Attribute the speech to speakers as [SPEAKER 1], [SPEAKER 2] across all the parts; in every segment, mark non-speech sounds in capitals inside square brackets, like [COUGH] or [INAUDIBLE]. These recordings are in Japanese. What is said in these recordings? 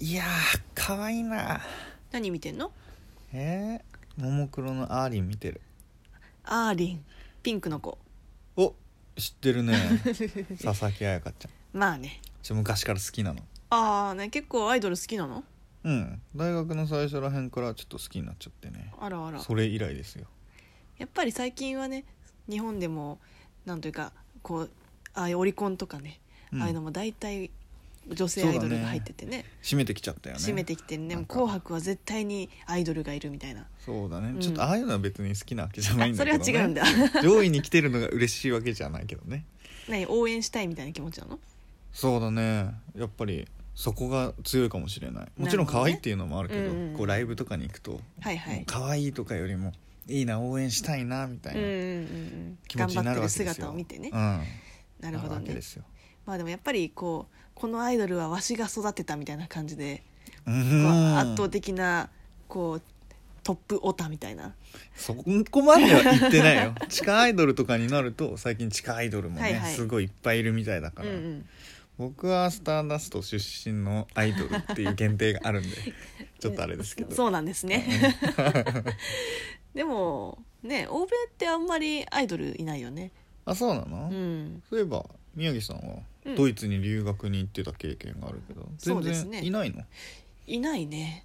[SPEAKER 1] いやー可愛いな
[SPEAKER 2] 何見てんの
[SPEAKER 1] えー、ももクロのアーリン見てる
[SPEAKER 2] アーリンピンクの子
[SPEAKER 1] お知って
[SPEAKER 2] [LAUGHS]
[SPEAKER 1] るね佐々木彩香ちゃん
[SPEAKER 2] まあね
[SPEAKER 1] ちょ昔から好きなの
[SPEAKER 2] ああね結構アイドル好きなの
[SPEAKER 1] うん大学の最初らへんからちょっと好きになっちゃってね
[SPEAKER 2] あらあら
[SPEAKER 1] それ以来ですよ
[SPEAKER 2] やっぱり最近はね日本でもなんというかこうああいうオリコンとかね、
[SPEAKER 1] うん
[SPEAKER 2] ああいうのも大体女性アイドルが入っててね
[SPEAKER 1] 締めてきちゃったよね
[SPEAKER 2] 締めてきて
[SPEAKER 1] な
[SPEAKER 2] ね「
[SPEAKER 1] ん
[SPEAKER 2] もう
[SPEAKER 1] か
[SPEAKER 2] 紅白」は絶対にアイドルがいるみたいな
[SPEAKER 1] そうだね、
[SPEAKER 2] うん
[SPEAKER 1] ちょっとああいうのは別に好きなわけじゃないん
[SPEAKER 2] あそ
[SPEAKER 1] だけ
[SPEAKER 2] れ
[SPEAKER 1] ど、
[SPEAKER 2] は
[SPEAKER 1] ね、
[SPEAKER 2] 違うんだ
[SPEAKER 1] 上位に来てるのが嬉しいわけじゃないけどね
[SPEAKER 2] 何応援したいみたいな気持ちなの
[SPEAKER 1] そうだねやっぱりそこが強いかもしれないもちろん可愛いっていうのもあるけど
[SPEAKER 2] なるほどねうんうん
[SPEAKER 1] こうライブとかに行くと、
[SPEAKER 2] はいは
[SPEAKER 1] もう
[SPEAKER 2] い
[SPEAKER 1] 可愛いとかよりもいいな応援したいなみたい
[SPEAKER 2] うんうんう
[SPEAKER 1] なん気持
[SPEAKER 2] 頑
[SPEAKER 1] ち
[SPEAKER 2] 張
[SPEAKER 1] になるわ
[SPEAKER 2] ってる
[SPEAKER 1] けですよ、
[SPEAKER 2] 姿を見てね、
[SPEAKER 1] うん
[SPEAKER 2] なるほど
[SPEAKER 1] わけ
[SPEAKER 2] ね
[SPEAKER 1] ですよ
[SPEAKER 2] まあでもやっぱりこうこのアイドルはわしが育てたみたいな感じで、
[SPEAKER 1] うん
[SPEAKER 2] こう圧倒的なこうトップオタみたいな、
[SPEAKER 1] そこまでは言ってないよ [LAUGHS] 地下アイドルとかになると最近地下アイドルもね、
[SPEAKER 2] はいはい
[SPEAKER 1] すごいいっぱいいるみたいだか
[SPEAKER 2] うん
[SPEAKER 1] ら、
[SPEAKER 2] うん、
[SPEAKER 1] 僕はスターダスト出身のアイドルっていう限定が
[SPEAKER 2] [LAUGHS]
[SPEAKER 1] あるんでちょっとあれですけど
[SPEAKER 2] そうなんで
[SPEAKER 1] [LAUGHS]
[SPEAKER 2] すねでもね欧米ってあんまりアイドルいないよね
[SPEAKER 1] あそうなの、
[SPEAKER 2] うん
[SPEAKER 1] そういえば宮城さんは
[SPEAKER 2] うん
[SPEAKER 1] ドイツに留学に行ってた経験があるけど、
[SPEAKER 2] そ
[SPEAKER 1] 全
[SPEAKER 2] うですね
[SPEAKER 1] 然いないの、
[SPEAKER 2] いないね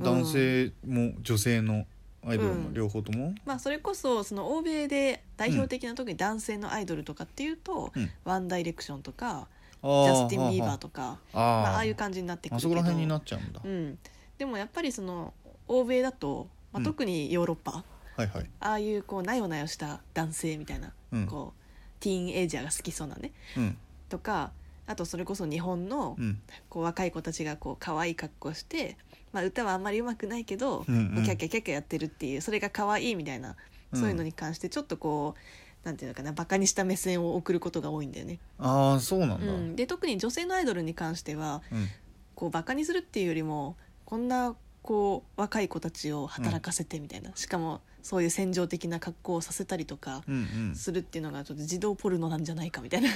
[SPEAKER 2] うん
[SPEAKER 1] 男性も女性のアイドルも両方とも、
[SPEAKER 2] まあそれこそその欧米で代表的な特に男性のアイドルとかっていうと、
[SPEAKER 1] うん
[SPEAKER 2] ワンダイレクションとか
[SPEAKER 1] ジ
[SPEAKER 2] ジャスティン・ビーバーとか
[SPEAKER 1] あ
[SPEAKER 2] あ,、
[SPEAKER 1] あ
[SPEAKER 2] まあ、ああいう感じになってく
[SPEAKER 1] あ
[SPEAKER 2] るけ
[SPEAKER 1] そ
[SPEAKER 2] ど
[SPEAKER 1] こら辺になっちゃうんだ、
[SPEAKER 2] うん、でもやっぱりその欧米だと、ま
[SPEAKER 1] う
[SPEAKER 2] あ、
[SPEAKER 1] ん
[SPEAKER 2] 特にヨーロッパ、
[SPEAKER 1] はいはい、
[SPEAKER 2] ああいうこうなよなよした男性みたいな、
[SPEAKER 1] うん
[SPEAKER 2] こうティーンエイジャーが好きそうなね
[SPEAKER 1] うん
[SPEAKER 2] とかあとそれこそ日本の
[SPEAKER 1] うん、
[SPEAKER 2] こう若い子たちがこう可愛い格好して、まあ、歌はあんまり上手くないけど、
[SPEAKER 1] うんうん
[SPEAKER 2] もうキャッキャキャッキャやってるっていうそれが可愛いみたいな、
[SPEAKER 1] うん
[SPEAKER 2] そういうのに関してちょっとこうなんていうのかなバカにした目線を送ることが多いんだよね。
[SPEAKER 1] ああそうなんだ、
[SPEAKER 2] うん、で特に女性のアイドルに関しては
[SPEAKER 1] うん
[SPEAKER 2] こうバカにするっていうよりもこんなこう若い子たちを働かせてみたいな、しかもそういう戦場的な格好をさせたりとか
[SPEAKER 1] うんうん、
[SPEAKER 2] するっていうのがちょっと児童ポルノなんじゃないか
[SPEAKER 1] [LAUGHS]
[SPEAKER 2] みたいな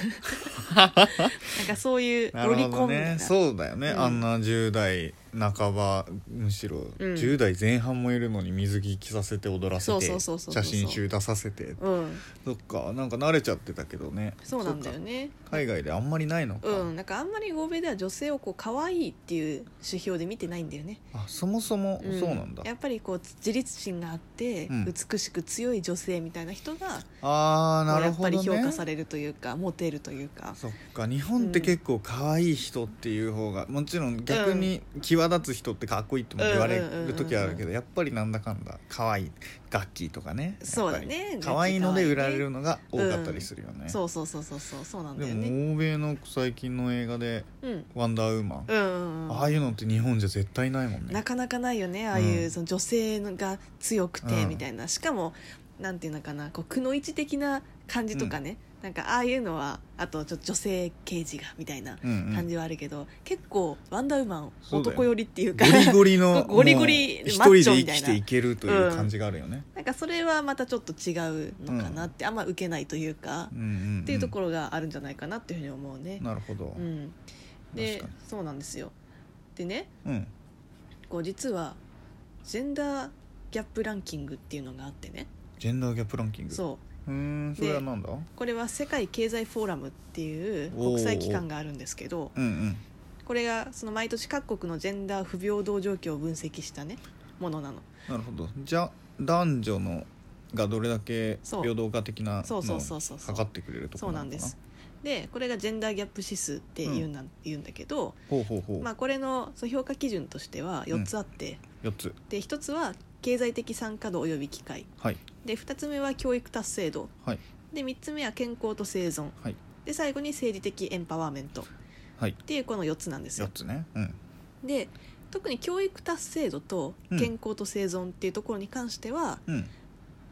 [SPEAKER 2] なんかそういう
[SPEAKER 1] な
[SPEAKER 2] ロ
[SPEAKER 1] る
[SPEAKER 2] リ
[SPEAKER 1] ほ
[SPEAKER 2] コ
[SPEAKER 1] ど
[SPEAKER 2] ンみたい
[SPEAKER 1] ね
[SPEAKER 2] な
[SPEAKER 1] そうだよね、
[SPEAKER 2] うん
[SPEAKER 1] あんな10代半ばむしろ
[SPEAKER 2] うん
[SPEAKER 1] 10代前半もいるのに水着着させて踊らせ
[SPEAKER 2] そう
[SPEAKER 1] て
[SPEAKER 2] そうそうそうそ
[SPEAKER 1] 写
[SPEAKER 2] う
[SPEAKER 1] 真集出させて
[SPEAKER 2] うん、
[SPEAKER 1] そっかなんか慣れちゃってたけどね
[SPEAKER 2] そうなんだよ
[SPEAKER 1] そっ
[SPEAKER 2] ね
[SPEAKER 1] か海外であんまりないのか、
[SPEAKER 2] うんなんかあんまり欧米では女性をこう可愛いっていう指標で見てないんだよね、
[SPEAKER 1] あそもそも
[SPEAKER 2] ん
[SPEAKER 1] そうなんだ、
[SPEAKER 2] やっぱりこう自立心があって、
[SPEAKER 1] うん
[SPEAKER 2] 美しく強い女性みたいな人が
[SPEAKER 1] ああな
[SPEAKER 2] や
[SPEAKER 1] る
[SPEAKER 2] っ
[SPEAKER 1] ほど
[SPEAKER 2] ぱり
[SPEAKER 1] ね
[SPEAKER 2] 評価されるというかモテるというか
[SPEAKER 1] そっか日本って結構可愛い人っていう方がもちろん逆に際立つ人ってかっこいいっても言われる時はあるけ
[SPEAKER 2] うんうんうん
[SPEAKER 1] どやっぱりなんだかんだ可愛いガッキーとかね
[SPEAKER 2] そうだね
[SPEAKER 1] やっぱり
[SPEAKER 2] ガッキー
[SPEAKER 1] 可愛いので売られるのが多かったりするよね、
[SPEAKER 2] そうそうそうそうそうそうなんだよ
[SPEAKER 1] で
[SPEAKER 2] ね
[SPEAKER 1] も欧米の最近の映画で
[SPEAKER 2] うん
[SPEAKER 1] 「ワンダーウーマン
[SPEAKER 2] う」んうんうん
[SPEAKER 1] ああいうのって日本じゃ絶対ないもんね
[SPEAKER 2] なかなかないよねああいううんその女性のが強くて
[SPEAKER 1] うん
[SPEAKER 2] みたいな、しかもなんていうのかなこうくの一的な感じとかね、なんかああいうのはあとちょっと女性刑事がみたいな
[SPEAKER 1] うんうん
[SPEAKER 2] 感じはあるけど、結構「ワンダーウーマン」
[SPEAKER 1] そうだよ
[SPEAKER 2] 男寄りっていう
[SPEAKER 1] ゴ
[SPEAKER 2] か
[SPEAKER 1] リゴリの
[SPEAKER 2] ゴリゴリ
[SPEAKER 1] もう一
[SPEAKER 2] マ
[SPEAKER 1] 人
[SPEAKER 2] ッ
[SPEAKER 1] で
[SPEAKER 2] チョ
[SPEAKER 1] 生
[SPEAKER 2] みたいな
[SPEAKER 1] きていけるという感じがあるよね、
[SPEAKER 2] [LAUGHS] なんかそれはまたちょっと違うのかなって、あんま受けないというか、
[SPEAKER 1] うんうんうん
[SPEAKER 2] っていうところがあるんじゃないかなっていうふうに思うね。
[SPEAKER 1] なるほど、
[SPEAKER 2] うん、で
[SPEAKER 1] 確か
[SPEAKER 2] そうなんですよでね
[SPEAKER 1] にうん
[SPEAKER 2] こう実はジェンダーギャップランキングっていうのがあってね
[SPEAKER 1] ジェンダーギャップランキング
[SPEAKER 2] そう
[SPEAKER 1] うーんそれはなんだ
[SPEAKER 2] これは世界経済フォーラムっていう国際機関があるんですけど
[SPEAKER 1] うんうん
[SPEAKER 2] これがその毎年各国のジェンダー不平等状況を分析したねものなの
[SPEAKER 1] なるほどじゃあ男女のがどれだけ
[SPEAKER 2] そう
[SPEAKER 1] 平等化的な
[SPEAKER 2] そうそ
[SPEAKER 1] の
[SPEAKER 2] うそうそう
[SPEAKER 1] かかってくれるとこ
[SPEAKER 2] そう
[SPEAKER 1] ろ
[SPEAKER 2] なんですでこれがジェンダーギャップ指数っていうん,、言うんだけど、
[SPEAKER 1] ほうほうほう、
[SPEAKER 2] まあ、これのその評価基準としては4つあって、
[SPEAKER 1] 4つ
[SPEAKER 2] で1つは経済的参加度及び機会
[SPEAKER 1] はい
[SPEAKER 2] で2つ目は教育達成度
[SPEAKER 1] はい
[SPEAKER 2] で3つ目は健康と生存
[SPEAKER 1] はい
[SPEAKER 2] で最後に政治的エンパワーメントっ
[SPEAKER 1] はい
[SPEAKER 2] ていうこの4つなんです
[SPEAKER 1] 4
[SPEAKER 2] よ
[SPEAKER 1] つねうん
[SPEAKER 2] で特に教育達成度と
[SPEAKER 1] うん
[SPEAKER 2] 健康と生存っていうところに関しては、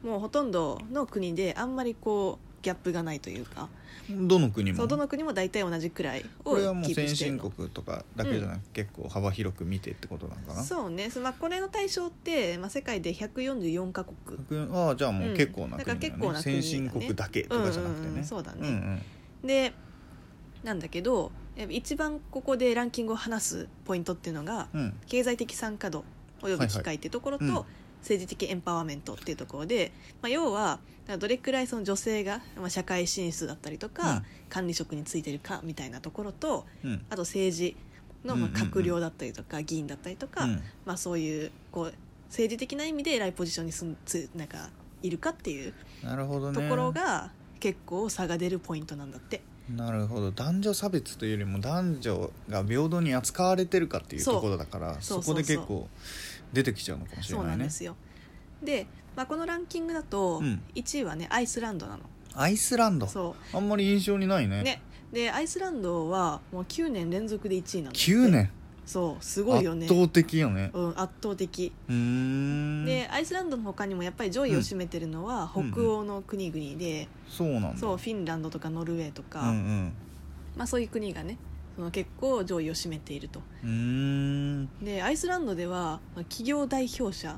[SPEAKER 1] う
[SPEAKER 2] もうほとんどの国であんまりこうギャップがないというか、
[SPEAKER 1] んどの国も
[SPEAKER 2] そうどの国も大体同じくらい
[SPEAKER 1] こ
[SPEAKER 2] を
[SPEAKER 1] れはもう
[SPEAKER 2] キープ
[SPEAKER 1] 先
[SPEAKER 2] してる
[SPEAKER 1] 進
[SPEAKER 2] の
[SPEAKER 1] 国とかだけじゃなく、結構幅広く見てってことなのかな
[SPEAKER 2] そうね、そまあ、これの対象って、まあ、世界で144カ国
[SPEAKER 1] 国ああじゃあもう結構な
[SPEAKER 2] うん
[SPEAKER 1] 国だ
[SPEAKER 2] だから
[SPEAKER 1] ね,、
[SPEAKER 2] 結構な国だね
[SPEAKER 1] 先進国だけとかじゃなくてね、
[SPEAKER 2] うんうんうんそうだね
[SPEAKER 1] んん
[SPEAKER 2] でなんだけどえ一番ここでランキングを話すポイントっていうのが
[SPEAKER 1] うん
[SPEAKER 2] 経済的参加度および機会っていうところと、
[SPEAKER 1] はいはいうん
[SPEAKER 2] 政治的エンパワーメントっていうところで、まあ、要はどれくらいその女性がまあ社会進出だったりとか、
[SPEAKER 1] うん
[SPEAKER 2] 管理職についてるかみたいなところと
[SPEAKER 1] うん
[SPEAKER 2] あと政治のまあ
[SPEAKER 1] うんうんうん
[SPEAKER 2] 閣僚だったりとか議員だったりとか、
[SPEAKER 1] うん
[SPEAKER 2] まあ、そういうこう政治的な意味で偉いポジションにすんつなんかいるかっていう
[SPEAKER 1] なるほど
[SPEAKER 2] と
[SPEAKER 1] ね
[SPEAKER 2] ころが結構差が出るポイントなんだって。
[SPEAKER 1] なるほど男女差別というよりも男女が平等に扱われてるかっていう
[SPEAKER 2] そう
[SPEAKER 1] ところだからそ
[SPEAKER 2] そ
[SPEAKER 1] う
[SPEAKER 2] そうそう
[SPEAKER 1] こで結構出てきちゃうのかもしれ
[SPEAKER 2] そう
[SPEAKER 1] な
[SPEAKER 2] ないん
[SPEAKER 1] ね
[SPEAKER 2] ですよで、まあ、このランキングだと
[SPEAKER 1] うん
[SPEAKER 2] 1位はねアイスランドなの。
[SPEAKER 1] アイスランド
[SPEAKER 2] そう
[SPEAKER 1] あんまり印象にないね
[SPEAKER 2] ね、でアイスランドはもう9年連続で1位なんだって
[SPEAKER 1] 9年
[SPEAKER 2] そうすごいよね
[SPEAKER 1] 圧倒的よね
[SPEAKER 2] うん、圧倒的、
[SPEAKER 1] うーん
[SPEAKER 2] でアイスランドの他にもやっぱり上位を占めてるのは
[SPEAKER 1] うん
[SPEAKER 2] 北欧の国々で、
[SPEAKER 1] そうなんだ
[SPEAKER 2] そうフィンランドとかノルウェーと
[SPEAKER 1] う
[SPEAKER 2] か、
[SPEAKER 1] ん
[SPEAKER 2] まあ、そういう国がねその結構上位を占めていると
[SPEAKER 1] うんうーん
[SPEAKER 2] でアイスランドではまあ企業代表者、
[SPEAKER 1] はい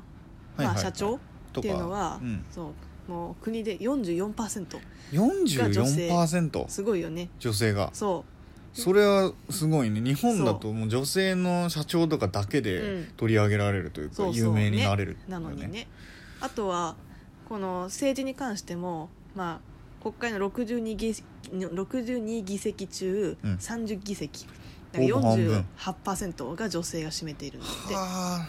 [SPEAKER 1] はい
[SPEAKER 2] まあ、社長っ
[SPEAKER 1] とか
[SPEAKER 2] ていうのは、
[SPEAKER 1] うん
[SPEAKER 2] そうもう国で44%
[SPEAKER 1] 44%
[SPEAKER 2] すごいよね
[SPEAKER 1] 女性が
[SPEAKER 2] そ
[SPEAKER 1] それはすごいね日本だ
[SPEAKER 2] そ
[SPEAKER 1] ともう女性の社長とかだけ
[SPEAKER 2] う
[SPEAKER 1] で
[SPEAKER 2] ん
[SPEAKER 1] 取り上げられるという
[SPEAKER 2] う
[SPEAKER 1] か
[SPEAKER 2] そうそう
[SPEAKER 1] 有名になれる
[SPEAKER 2] なのに
[SPEAKER 1] よ
[SPEAKER 2] ねあとはこの政治に関しても、まあ、国会の62議席62議席中
[SPEAKER 1] うん
[SPEAKER 2] 30議席、
[SPEAKER 1] ほぼ半分
[SPEAKER 2] 48%が女性が占めているので、
[SPEAKER 1] はあ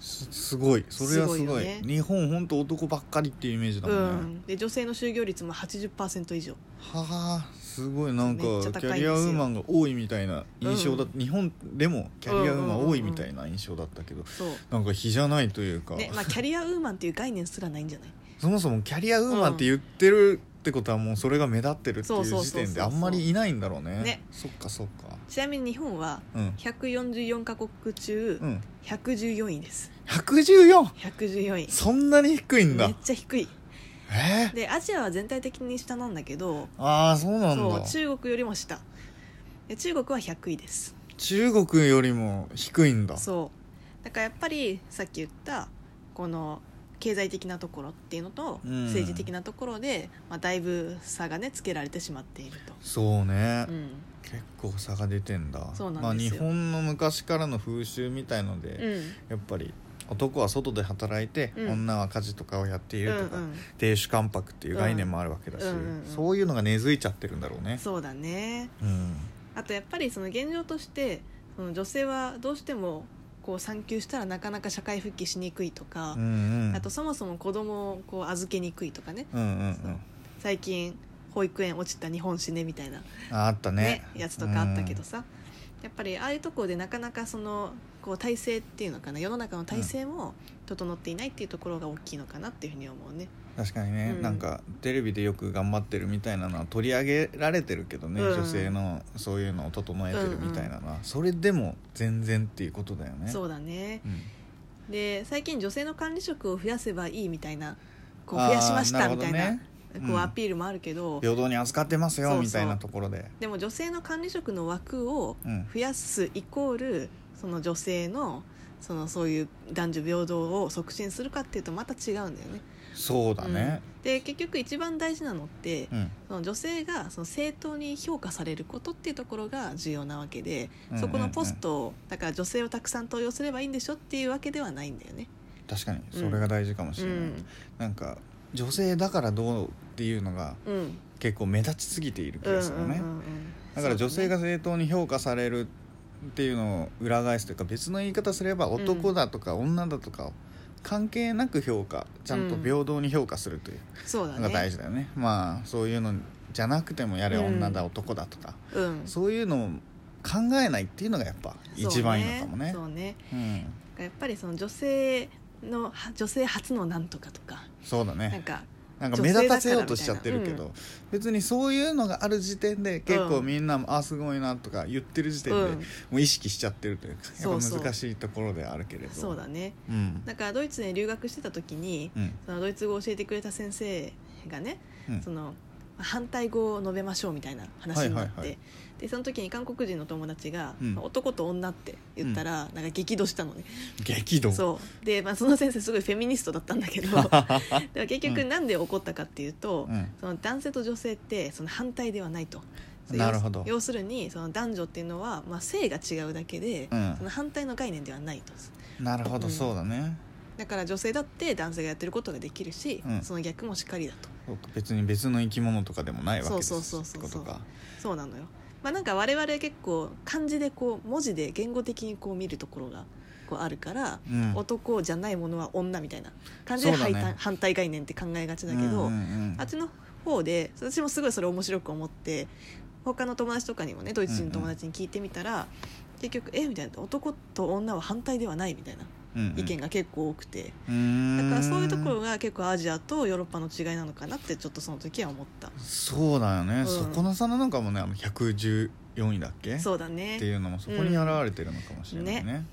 [SPEAKER 1] すすごいそれはすごい
[SPEAKER 2] すごいよね
[SPEAKER 1] 日本本当男ばっかりっていうイメージだ
[SPEAKER 2] う
[SPEAKER 1] もんね、
[SPEAKER 2] ん、で女性の就業率も80%以上
[SPEAKER 1] はあすごいなんかキ
[SPEAKER 2] めっちゃ高いんですよ
[SPEAKER 1] ャリアウーマンが多いみたいな印象だ、日本でもキャリアウーマン多いみたいな印象だったけど、
[SPEAKER 2] そう、
[SPEAKER 1] なんか比じゃないというか、
[SPEAKER 2] ねまあ、キャリアウーマンっていう概念すらないんじゃない
[SPEAKER 1] そもそもキャリアウーマンって言ってるってことはもうそれが目立ってるって
[SPEAKER 2] そ
[SPEAKER 1] いう
[SPEAKER 2] そう
[SPEAKER 1] う
[SPEAKER 2] そう
[SPEAKER 1] 時
[SPEAKER 2] そ
[SPEAKER 1] 点
[SPEAKER 2] う
[SPEAKER 1] であんまりいないんだろうね
[SPEAKER 2] ね
[SPEAKER 1] そっかそっか
[SPEAKER 2] ちなみに日本は
[SPEAKER 1] うん、
[SPEAKER 2] 144カ国中
[SPEAKER 1] うん、
[SPEAKER 2] 114位です、
[SPEAKER 1] 114!
[SPEAKER 2] 114位
[SPEAKER 1] そんなに低いん
[SPEAKER 2] め
[SPEAKER 1] だ
[SPEAKER 2] っちゃ低い
[SPEAKER 1] えー、
[SPEAKER 2] でアジアは全体的に下なんだけど
[SPEAKER 1] ああそうなん
[SPEAKER 2] そう
[SPEAKER 1] だ
[SPEAKER 2] 中国よりも下で中国は100位です
[SPEAKER 1] 中国よりも低いんだ
[SPEAKER 2] そうだからやっぱりさっき言ったこの経済的なところっていうのと
[SPEAKER 1] うん
[SPEAKER 2] 政治的なところで、まあ、だいぶ差がねつけられてしまっている
[SPEAKER 1] そうね、
[SPEAKER 2] と、うん
[SPEAKER 1] 結構差が出てんだ
[SPEAKER 2] そうなんですよ
[SPEAKER 1] まあ、日本の昔からの風習みたいので、
[SPEAKER 2] うん、
[SPEAKER 1] やっぱり男は外で働いて、
[SPEAKER 2] うん
[SPEAKER 1] 女は家事とかをやってい
[SPEAKER 2] うん
[SPEAKER 1] る
[SPEAKER 2] う
[SPEAKER 1] とか、
[SPEAKER 2] ん
[SPEAKER 1] 亭主関白っていう概念もあるわけだし、
[SPEAKER 2] うんうんうん
[SPEAKER 1] そういうのが根付いちゃってるんだろうね
[SPEAKER 2] そうだね
[SPEAKER 1] うん
[SPEAKER 2] あとやっぱりその現状としてその女性はどうしてもこう産休したらなかなか社会復帰しにくいとか
[SPEAKER 1] う、んうん
[SPEAKER 2] あとそもそも子供をこう預けにくいとかね
[SPEAKER 1] うんうんう
[SPEAKER 2] そうん最近保育園落ちた日本史ねみたいな、ね
[SPEAKER 1] ああったね
[SPEAKER 2] やつとかあったけどさ、やっぱりああいうところでなかなかそのこう体制っていうのかな世の中の体制も整っていないっていうところが大きいのかなっていうふうに思うね。
[SPEAKER 1] うん確かにね、
[SPEAKER 2] うん
[SPEAKER 1] なんかテレビでよく頑張ってるみたいなのは取り上げられてるけどね、
[SPEAKER 2] うん
[SPEAKER 1] 女性のそういうのを整えてるみたいなのは、それでも全然っていうことだよね
[SPEAKER 2] そうだね
[SPEAKER 1] うん
[SPEAKER 2] で最近女性の管理職を増やせばいいみたいなこう増やしまし
[SPEAKER 1] あ
[SPEAKER 2] た
[SPEAKER 1] ーる
[SPEAKER 2] み
[SPEAKER 1] ほ
[SPEAKER 2] た
[SPEAKER 1] ど
[SPEAKER 2] いな
[SPEAKER 1] ね
[SPEAKER 2] こ
[SPEAKER 1] う
[SPEAKER 2] うんアピールもあるけど、
[SPEAKER 1] 平等に扱ってますよ
[SPEAKER 2] そうそう
[SPEAKER 1] みたいなところで
[SPEAKER 2] でも女性の管理職の枠を
[SPEAKER 1] うん
[SPEAKER 2] 増やすイコールその女性のそのそういう男女平等を促進するかっていうとまた違うんだよね。
[SPEAKER 1] そうだね
[SPEAKER 2] で結局一番大事なのって、
[SPEAKER 1] うん
[SPEAKER 2] その女性がその正当に評価されることっていうところが重要なわけで、
[SPEAKER 1] うん
[SPEAKER 2] そこのポストをだから女性をたくさん登用すればいいんでしょっていうわけではないんだよね。
[SPEAKER 1] 確かにそれが大事かもし
[SPEAKER 2] う
[SPEAKER 1] れない、
[SPEAKER 2] ん
[SPEAKER 1] なんか女性だからどうっていうのが
[SPEAKER 2] うん
[SPEAKER 1] 結構目立ちすぎている気
[SPEAKER 2] うんうん
[SPEAKER 1] が
[SPEAKER 2] う
[SPEAKER 1] するね、
[SPEAKER 2] んうん
[SPEAKER 1] だから女性
[SPEAKER 2] そ
[SPEAKER 1] が正当に評価されるっていうのを裏返すというか別の言い方すれば
[SPEAKER 2] うん
[SPEAKER 1] 男だとか女だとかを関係なく評価ちゃんと平等に評価するという
[SPEAKER 2] うだ
[SPEAKER 1] の
[SPEAKER 2] ね
[SPEAKER 1] が大事だよね、まあそういうのじゃなくてもやれ
[SPEAKER 2] うん
[SPEAKER 1] 女だ男だとか、
[SPEAKER 2] うん
[SPEAKER 1] そういうのを考えないっていうのがやっぱ一番いいのかもね
[SPEAKER 2] そうねそうね
[SPEAKER 1] うん、
[SPEAKER 2] やっぱりその女性のは女性初のなんとかとか
[SPEAKER 1] そうだ
[SPEAKER 2] なん
[SPEAKER 1] ね
[SPEAKER 2] か
[SPEAKER 1] なんか目立たせようとしちゃってるけど、別にそういうのがある時点で結構
[SPEAKER 2] うん
[SPEAKER 1] みんなも「あすごいな」とか言ってる時
[SPEAKER 2] う
[SPEAKER 1] 点で
[SPEAKER 2] ん
[SPEAKER 1] もう意識しちゃってるというかや
[SPEAKER 2] そう
[SPEAKER 1] っ
[SPEAKER 2] そ
[SPEAKER 1] ぱ
[SPEAKER 2] う
[SPEAKER 1] 難しいところではあるけれど
[SPEAKER 2] そうだね
[SPEAKER 1] うん
[SPEAKER 2] だからドイツに留学してた時に
[SPEAKER 1] うん
[SPEAKER 2] そのドイツ語を教えてくれた先生がね
[SPEAKER 1] うん
[SPEAKER 2] その反対語を述べましょうみたいな話になって、
[SPEAKER 1] はいはいはい
[SPEAKER 2] でその時に韓国人の友達が、
[SPEAKER 1] うん
[SPEAKER 2] まあ男と女って言ったら、なんか激怒したのね
[SPEAKER 1] 激怒 [LAUGHS]
[SPEAKER 2] そうで、まあ、その先生すごいフェミニストだったんだけどでも結局なんで怒ったかっていうと、
[SPEAKER 1] うん
[SPEAKER 2] その男性と女性ってその反対ではないとそう
[SPEAKER 1] なるほど
[SPEAKER 2] 要するにその男女っていうのは、まあ、性が違うだけで、
[SPEAKER 1] うん
[SPEAKER 2] その反対の概念ではないと
[SPEAKER 1] なるほど、
[SPEAKER 2] うん
[SPEAKER 1] そうだね
[SPEAKER 2] だから女性だって男性がやってることができるし、
[SPEAKER 1] うん
[SPEAKER 2] その逆もしっかりだと
[SPEAKER 1] そうか別に別の生き物とかでもないわけです
[SPEAKER 2] そうそうそうそうそう
[SPEAKER 1] ってことか
[SPEAKER 2] そうなのよまあなんか我々結構漢字でこう文字で言語的にこう見るところがこうあるから、
[SPEAKER 1] うん
[SPEAKER 2] 男じゃないものは女みたいな感じで
[SPEAKER 1] そうだ
[SPEAKER 2] 反
[SPEAKER 1] ね
[SPEAKER 2] 対,、反対概念って考えがちだけど、
[SPEAKER 1] うんうん
[SPEAKER 2] あっちの方で私もすごいそれ面白く思って他の友達とかにもねドイツ人の友達に聞いてみたら、結局「えみたいな「男と女は反対ではない」みたいな
[SPEAKER 1] うんうん
[SPEAKER 2] 意見が結構多くて、
[SPEAKER 1] うん
[SPEAKER 2] だからそういうところが結構アジアとヨーロッパの違いなのかなってちょっとその時は思った、
[SPEAKER 1] そうだよね、
[SPEAKER 2] うん
[SPEAKER 1] そこの差のなんかもねあの114位だっけ
[SPEAKER 2] そうだね
[SPEAKER 1] っていうのもそこに表れてるのかもしれないね,、
[SPEAKER 2] うん
[SPEAKER 1] ね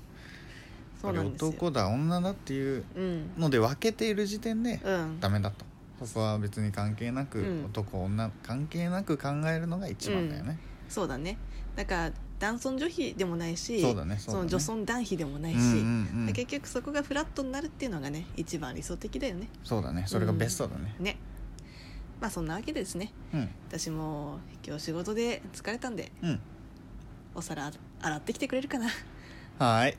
[SPEAKER 2] そうなんですよ
[SPEAKER 1] 男だ女だっていう
[SPEAKER 2] うん
[SPEAKER 1] ので分けている時点で
[SPEAKER 2] うん
[SPEAKER 1] ダメだとそこは別に関係なく、
[SPEAKER 2] うん
[SPEAKER 1] 男女関係なく考えるのが一番だよね、
[SPEAKER 2] そうだねだから男尊女卑でもないし
[SPEAKER 1] そうだねそうだ
[SPEAKER 2] の
[SPEAKER 1] ね
[SPEAKER 2] 女尊男卑でもないし、
[SPEAKER 1] うんうんうん
[SPEAKER 2] 結局そこがフラットになるっていうのがね一番理想的だよね
[SPEAKER 1] そうだねそれがベストだね
[SPEAKER 2] ねまあそんなわけでですね
[SPEAKER 1] うん
[SPEAKER 2] 私も今日仕事で疲れたんで
[SPEAKER 1] うん、
[SPEAKER 2] お皿洗ってきてくれるかな
[SPEAKER 1] はーい